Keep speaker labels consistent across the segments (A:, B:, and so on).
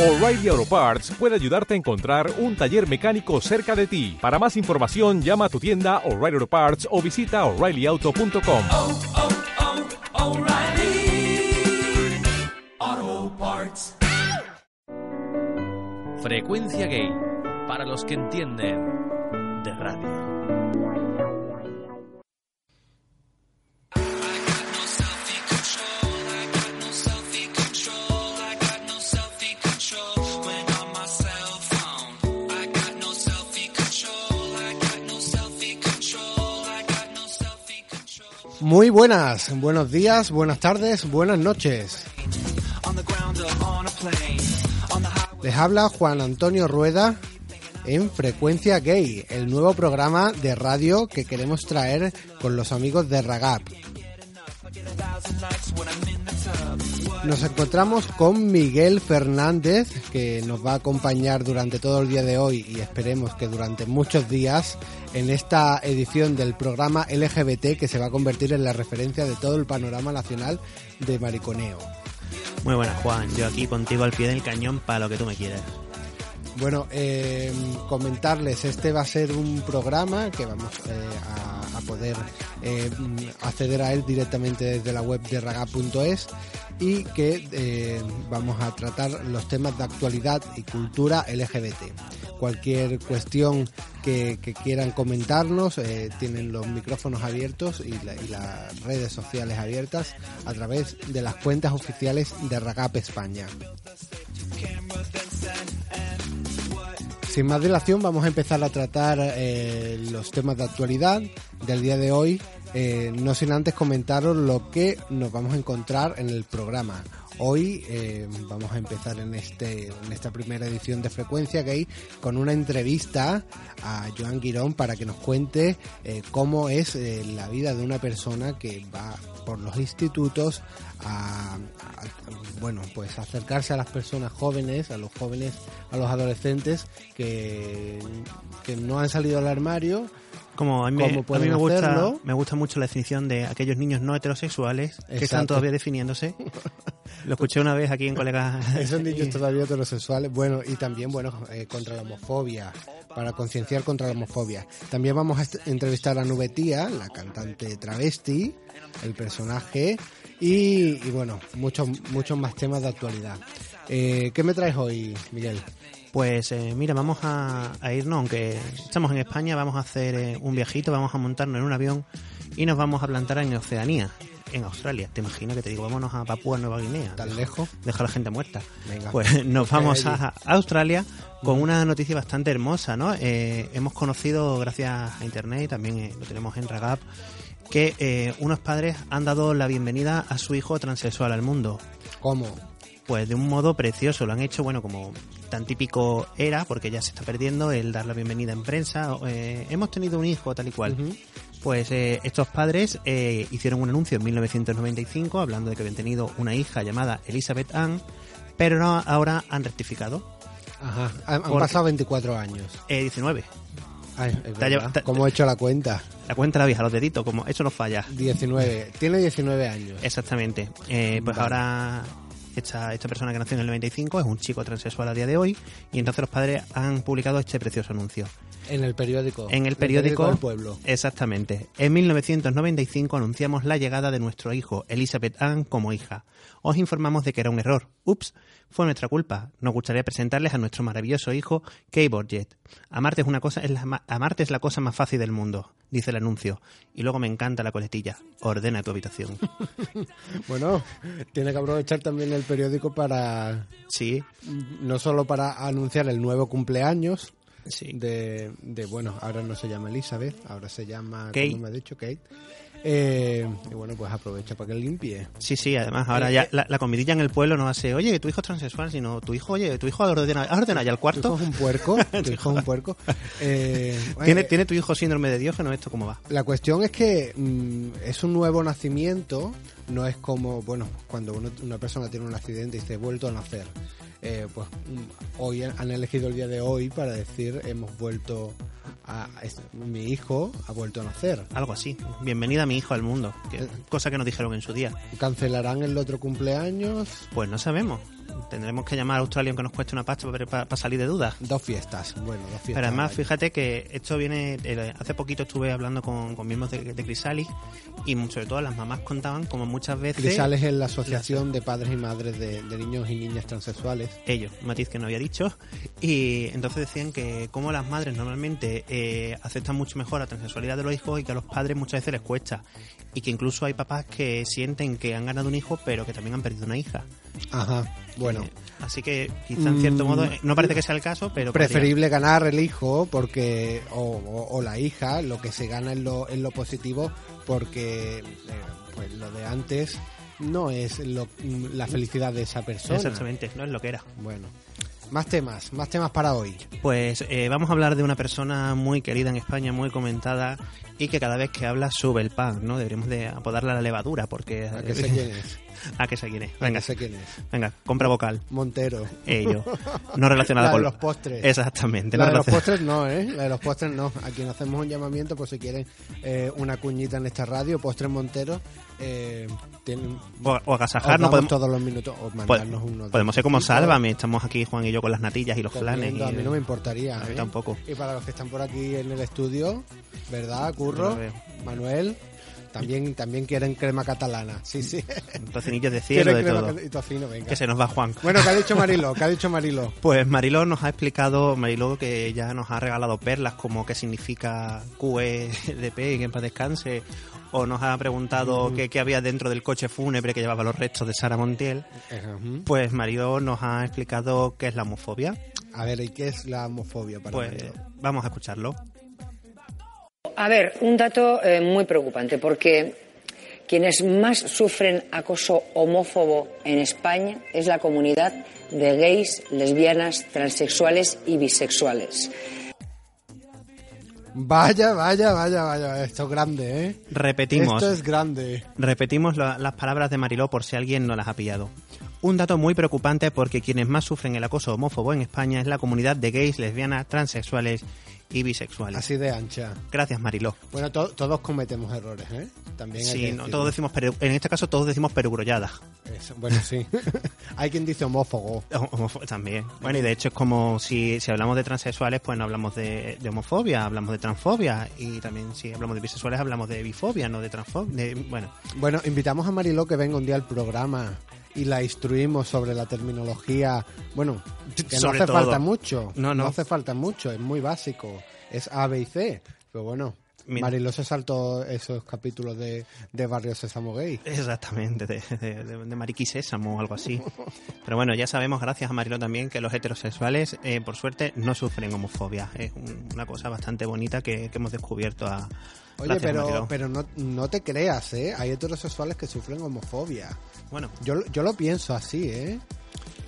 A: O'Reilly Auto Parts puede ayudarte a encontrar un taller mecánico cerca de ti. Para más información, llama a tu tienda O'Reilly Auto Parts o visita oreillyauto.com.
B: oh, oh, O'Reilly. Auto Parts.
C: Frecuencia Gay, para los que entienden de radio.
D: Muy buenas, buenos días, buenas tardes, buenas noches. Les habla Juan Antonio Rueda en Frecuencia Gay, el nuevo programa de radio que queremos traer con los amigos de Ragap. Nos encontramos con Miguel Fernández, que nos va a acompañar durante todo el día de hoy y esperemos que durante muchos días en esta edición del programa LGBT que se va a convertir en la referencia de todo el panorama nacional de mariconeo.
E: Muy buenas, Juan. Yo aquí contigo al pie del cañón para lo que tú me quieras.
D: Bueno, eh, comentarles, este va a ser un programa que vamos eh, a, a poder eh, acceder a él directamente desde la web de raga.es y que eh, vamos a tratar los temas de actualidad y cultura LGBT. Cualquier cuestión que, que quieran comentarnos, eh, tienen los micrófonos abiertos y, la- y las redes sociales abiertas a través de las cuentas oficiales de Ragap España. Sin más dilación, vamos a empezar a tratar eh, los temas de actualidad del día de hoy, eh, no sin antes comentaros lo que nos vamos a encontrar en el programa. Hoy eh, vamos a empezar en, este, en esta primera edición de Frecuencia Gay con una entrevista a Joan Guirón para que nos cuente eh, cómo es eh, la vida de una persona que va por los institutos a, a- bueno pues acercarse a las personas jóvenes a los jóvenes a los adolescentes que, que no han salido del armario
E: Como a mí,
D: ¿Cómo
E: me- a
D: pueden
E: mí me, gusta,
D: hacerlo?
E: me gusta mucho la definición de aquellos niños no heterosexuales que
D: Exacto.
E: están todavía definiéndose. Lo escuché una vez aquí en colegas.
D: esos niños
E: y-
D: todavía heterosexuales bueno y también bueno eh, contra la homofobia para concienciar contra la homofobia también vamos a est- entrevistar a Nubetía la cantante travesti el personaje y, y bueno muchos muchos más temas de actualidad Eh, ¿Qué me traes hoy, Miguel?
E: Pues eh, mira, vamos a, a irnos, aunque estamos en España, vamos a hacer eh, un viajito, vamos a montarnos en un avión y nos vamos a plantar en Oceanía, en Australia. Te imagino que te digo, vámonos a Papúa Nueva Guinea.
D: ¿Tan lejos?
E: Deja a la gente muerta.
D: Venga.
E: Pues nos vamos
D: allí.
E: a Australia con una noticia bastante hermosa, ¿no? Eh, hemos conocido, gracias a internet, y también eh, lo tenemos en Ragap, que eh, unos padres han dado la bienvenida a su hijo transexual al mundo.
D: ¿Cómo?
E: Pues de un modo precioso, lo han hecho, bueno, como tan típico era, porque ya se está perdiendo el dar la bienvenida en prensa. eh, hemos tenido un hijo tal y cual.
D: Ujú.
E: Pues eh, estos padres eh, hicieron un anuncio en 1995 hablando de que habían tenido una hija llamada Elizabeth Ann, pero no- ahora han rectificado.
D: Ajá. Han, han
E: Porque-
D: pasado 24 años.
E: Eh, 19.
D: Ay, es
E: Te ha lleva-
D: verdad.
E: te-
D: ¿Cómo he hecho la cuenta?
E: La cuenta la vieja, los deditos, como eso no falla.
D: 19. Tiene 19 años.
E: Exactamente. Eh, pues
D: Vale.
E: ahora esta, esta persona que nació en el 95 es un chico transexual a día de hoy y entonces los padres han publicado este precioso anuncio.
D: En el periódico.
E: En el periódico,
D: del pueblo.
E: Exactamente. En 1995 anunciamos la llegada de nuestro hijo, Elizabeth Ann, como hija. Os informamos de que era un error. Ups, fue nuestra culpa. Nos gustaría presentarles a nuestro maravilloso hijo, Kay Borget. Amarte es, una cosa, es la, ma- amarte es la cosa más fácil del mundo, dice el anuncio. Y luego me encanta la coletilla. Ordena tu habitación.
D: Bueno, tiene que aprovechar también el periódico para.
E: Sí,
D: No solo para anunciar el nuevo cumpleaños.
E: sí.
D: De, de, bueno, ahora no se llama Elizabeth, ahora se llama.
E: Kate.
D: ¿cómo me ha dicho Kate. Eh, y bueno, pues aprovecha para que limpie.
E: Sí, sí, además ahora
D: Eh,
E: ya la, la comidilla en el pueblo no hace, oye, tu hijo es transexual, sino tu hijo, oye, tu hijo ordena, has ordenado ya
D: Tu
E: el
D: hijo
E: cuarto.
D: es un puerco. Tu hijo es un puerco. Eh,
E: ¿Tiene,
D: eh,
E: ¿Tiene tu hijo síndrome de Diógenes? ¿Esto cómo va?
D: La cuestión es que mm, es un nuevo nacimiento, no es como, bueno, cuando uno- una persona tiene un accidente y se ha vuelto a nacer. Eh, pues mm, hoy han elegido el día de hoy para decir hemos vuelto a, es- mi hijo ha vuelto a nacer.
E: Algo así. Bienvenida mi hijo al mundo. que-
D: Eh.
E: cosa que nos dijeron en su día.
D: ¿Cancelarán el otro cumpleaños?
E: Pues no sabemos. Tendremos que llamar a Australia aunque nos cueste una pasta para, para- para salir de dudas.
D: Dos fiestas, bueno, dos fiestas.
E: Pero además,
D: al año.
E: fíjate que esto viene. el- hace poquito estuve hablando con, con miembros de, de Crisalis y sobre todo las mamás contaban como muchas veces.
D: Crisales es la Asociación de Padres y Madres de, de Niños y Niñas Transexuales.
E: ellos, matiz que no había dicho, y entonces decían que como las madres normalmente eh, aceptan mucho mejor la transexualidad de los hijos y que a los padres muchas veces les cuesta, y que incluso hay papás que sienten que han ganado un hijo pero que también han perdido una hija.
D: Ajá, bueno.
E: Eh, así que quizá en cierto
D: Mm,
E: modo, eh, no parece que sea el caso, pero... podría-
D: Preferible ganar el hijo porque o, o- o la hija, lo que se gana en lo, en lo positivo, porque eh, pues lo de antes no es lo- la felicidad de esa persona.
E: Exactamente, no es lo que era.
D: Bueno, más temas, más temas para hoy.
E: Pues eh, vamos a hablar de una persona muy querida en España, muy comentada y que cada vez que habla sube el pan, ¿no? Deberíamos de apodarla la levadura porque...
D: A que sé quién es.
E: A que sé quién es.
D: A
E: Venga,
D: que sé quién es.
E: venga, compra vocal.
D: Montero.
E: ello. No relacionado
D: La de
E: con
D: los postres.
E: Exactamente.
D: La
E: no
D: de los
E: relacion-
D: postres no, ¿eh? La de los postres no. A quien hacemos un llamamiento por si quieren eh, una cuñita en esta radio, Postres Montero, eh, tienen,
E: O, o
D: os
E: agasajar,
D: damos
E: no podemos.
D: todos los minutos o mandarnos
E: pod-
D: uno. de-
E: podemos ser como
D: Sí,
E: Sálvame. Estamos aquí, Juan y yo, con las natillas y los flanes.
D: comiendo,
E: y-
D: a mí no me importaría.
E: A mí
D: ¿eh?
E: tampoco.
D: Y para los que están por aquí en el estudio, ¿verdad, Curro?
E: Yo lo veo.
D: Manuel, también, también quieren crema catalana. Sí, sí.
E: Tocinillos de cielo,
D: Quieren
E: de
D: crema
E: todo.
D: catalana y tocino, venga.
E: Que se nos va Juan.
D: Bueno, ¿qué ha dicho Marilo? ¿Qué ha dicho Marilo?
E: Pues Mariló nos ha explicado, Mariló que ya nos ha regalado perlas como qué significa QEDP, que en paz descanse, o nos ha preguntado
D: Mm.
E: qué, qué había dentro del coche fúnebre que llevaba los restos de Sara Montiel.
D: Eh, Ujú.
E: Pues Mariló nos ha explicado qué es la homofobia.
D: A ver, ¿y qué es la homofobia para
E: Pues
D: Marilo?
E: vamos a escucharlo.
F: A ver, un dato eh, muy preocupante, porque quienes más sufren acoso homófobo en España es la comunidad de gays, lesbianas, transexuales y bisexuales.
D: Vaya, vaya, vaya, vaya, esto es grande, ¿eh?
E: Repetimos.
D: Esto es grande.
E: Repetimos la- las palabras de Mariló por si alguien no las ha pillado. Un dato muy preocupante porque quienes más sufren el acoso homófobo en España es la comunidad de gays, lesbianas, transexuales y bisexuales.
D: Así de ancha.
E: Gracias, Mariló.
D: Bueno, to- todos cometemos errores, ¿eh? También hay
E: Sí,
D: que
E: no,
D: decirlo.
E: todos decimos peru- en este caso todos decimos perugrullada.
D: Eso, bueno, sí. hay quien dice homófobo.
E: Hom- homofo- También. Bueno, y de hecho es como si, si hablamos de transexuales, pues no hablamos de, de homofobia, hablamos de transfobia. Y también si hablamos de bisexuales, hablamos de bifobia, no de transfobia. de- bueno,
D: Bueno, invitamos a Mariló que venga un día al programa y la instruimos sobre la terminología. Bueno, que no
E: Sobre
D: hace
E: todo.
D: falta mucho.
E: No, no.
D: hace falta mucho, es muy básico. Es A, B y C. Pero bueno,
E: Mira.
D: Mariló se saltó esos capítulos de, de Barrio Sésamo Gay.
E: Exactamente, de, de, de- de Mariquí Sésamo o algo así. Pero bueno, ya sabemos, gracias a Marilo también, que los heterosexuales, eh, por suerte, no sufren homofobia. Es un- una cosa bastante bonita que, que hemos descubierto a...
D: Oye,
E: gracias,
D: pero,
E: Mariló.
D: pero no, no te creas, ¿eh? Hay heterosexuales que sufren homofobia.
E: Bueno,
D: Yo, lo- yo lo pienso así, ¿eh?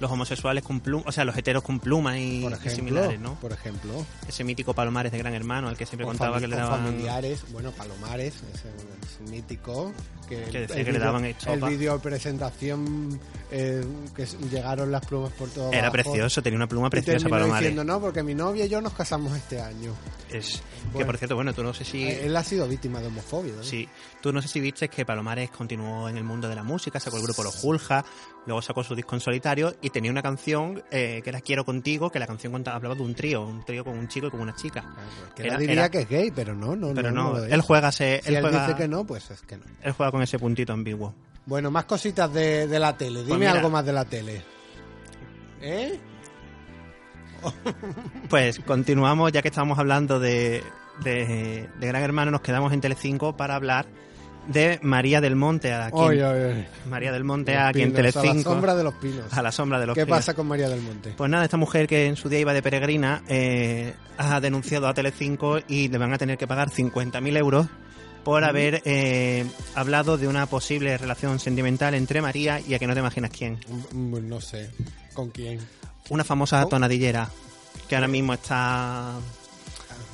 E: los homosexuales con plumas, o sea, los heteros con plumas y,
D: Por
E: y
D: ejemplo,
E: similares, ¿no?
D: Por ejemplo.
E: Ese mítico Palomares de Gran Hermano, al que siempre
D: O
E: contaba
D: fami-
E: que le
D: o
E: daban...
D: familiares, bueno, Palomares, ese es mítico. Que,
E: Que decía
D: el
E: que le
D: vídeo-
E: daban estopa.
D: El vídeo presentación eh, que s- llegaron las plumas por todo
E: Era
D: abajo.
E: precioso, tenía una pluma
D: Y
E: preciosa
D: terminó
E: Palomares.
D: diciendo no, porque mi novia y yo nos casamos este año.
E: Es, Que
D: Bueno.
E: por cierto, bueno, tú no sé si...
D: Él ha sido víctima de homofobia. ¿no?
E: Sí, tú no sé si viste que Palomares continuó en el mundo de la música, sacó el grupo Los Julja, luego sacó su disco en solitario y tenía una canción eh, que era Quiero Contigo, que la canción contaba, hablaba de un trío, un trío con un chico y con una chica.
D: Ah, pues, Que
E: Era-
D: él diría
E: era-
D: que es gay, pero no, no,
E: Pero
D: no,
E: no,
D: no lo es.
E: él juega, ese-
D: si
E: él,
D: ¿eh? él
E: juega
D: dice que no, pues es que no.
E: él juega con ese puntito ambiguo.
D: Bueno, más cositas de, de la tele. Dime
E: Pues mira.
D: algo más de la tele. ¿Eh?
E: Pues continuamos, ya que estábamos hablando de, de, de Gran Hermano, nos quedamos en Telecinco para hablar de María del Monte, a quien,
D: Oye, oye, oye.
E: María del Monte,
D: Los
E: a quien
D: pinos, A la
E: Telecinco...
D: sombra de los pinos.
E: a la sombra de los
D: ¿Qué
E: pinos.
D: pasa con María del Monte?
E: Pues nada, esta mujer que en su día iba de peregrina eh, ha denunciado a Telecinco y le van a tener que pagar 50.000 euros por haber eh, hablado de una posible relación sentimental entre María y a que no te imaginas quién.
D: Mm, mm, No sé. ¿Con quién?
E: Una famosa tonadillera que ahora mismo está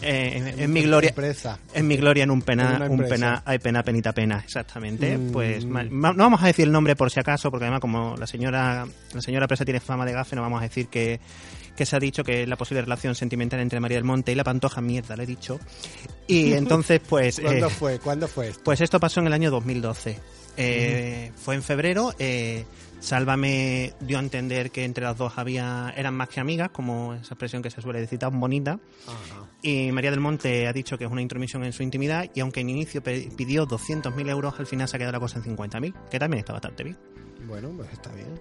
E: eh, en, en mi gloria.
D: Empresa.
E: En mi gloria, en un
D: En
E: pena,
D: una
E: un
D: empresa.
E: pena, hay pena, penita, pena, exactamente.
D: Mm.
E: Pues ma- ma- no vamos a decir el nombre por si acaso, porque además como la señora, la señora presa tiene fama de gafe, no vamos a decir que, que se ha dicho que la posible relación sentimental entre María del Monte y la Pantoja, mierda, le he dicho. Y entonces, pues,
D: ¿Cuándo
E: eh,
D: fue? ¿Cuándo fue esto?
E: pues esto pasó en el año 2012. Eh, Fue en febrero. eh, Sálvame dio a entender que entre las dos había eran más que amigas, como esa expresión que se suele decir tan bonita. Y María del Monte ha dicho que es una intromisión en su intimidad y aunque en inicio pe- pidió 200.000 euros, al final se ha quedado la cosa en 50.000, que también está bastante bien.
D: Bueno, pues está bien.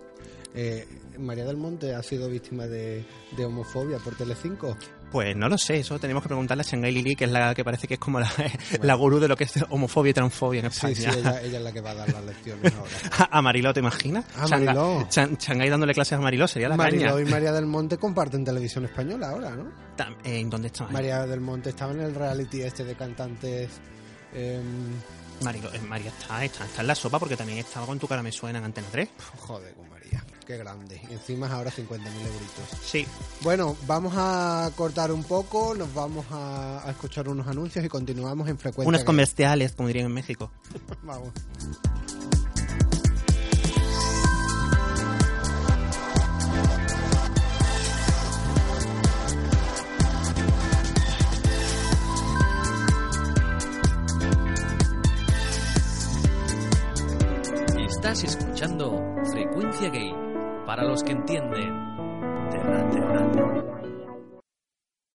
D: Eh, María del Monte ha sido víctima de, de homofobia por Telecinco.
E: Pues no lo sé, eso tenemos que preguntarle a Shanghai Lili, que es la que parece que es como la, la gurú de lo que es homofobia y transfobia en España.
D: Sí, sí, ella, ella es la que va a dar las lecciones ahora.
E: A Mariló, ¿te imaginas?
D: Ah, Mariló.
E: Shanga- Chan- Shanghai dándole clases a Mariló sería la
D: Mariló
E: caña.
D: y María del Monte comparten televisión española ahora, ¿no?
E: Tam- eh, ¿Dónde está?
D: María del Monte estaba en el reality este de cantantes. em,
E: Mariló, eh, María está, está, está en la sopa porque también estaba con tu cara me suena en Antena 3.
D: joder, con María. Qué grande. Y encima es ahora 50.000 euritos.
E: Sí,
D: Bueno, vamos a cortar un poco, nos vamos a, a escuchar unos anuncios y continuamos en frecuencia.
E: unos
D: Gay.
E: comerciales, como dirían en México.
D: Vamos.
C: Estás escuchando Frecuencia Gay, para los que entienden de rat, de rat.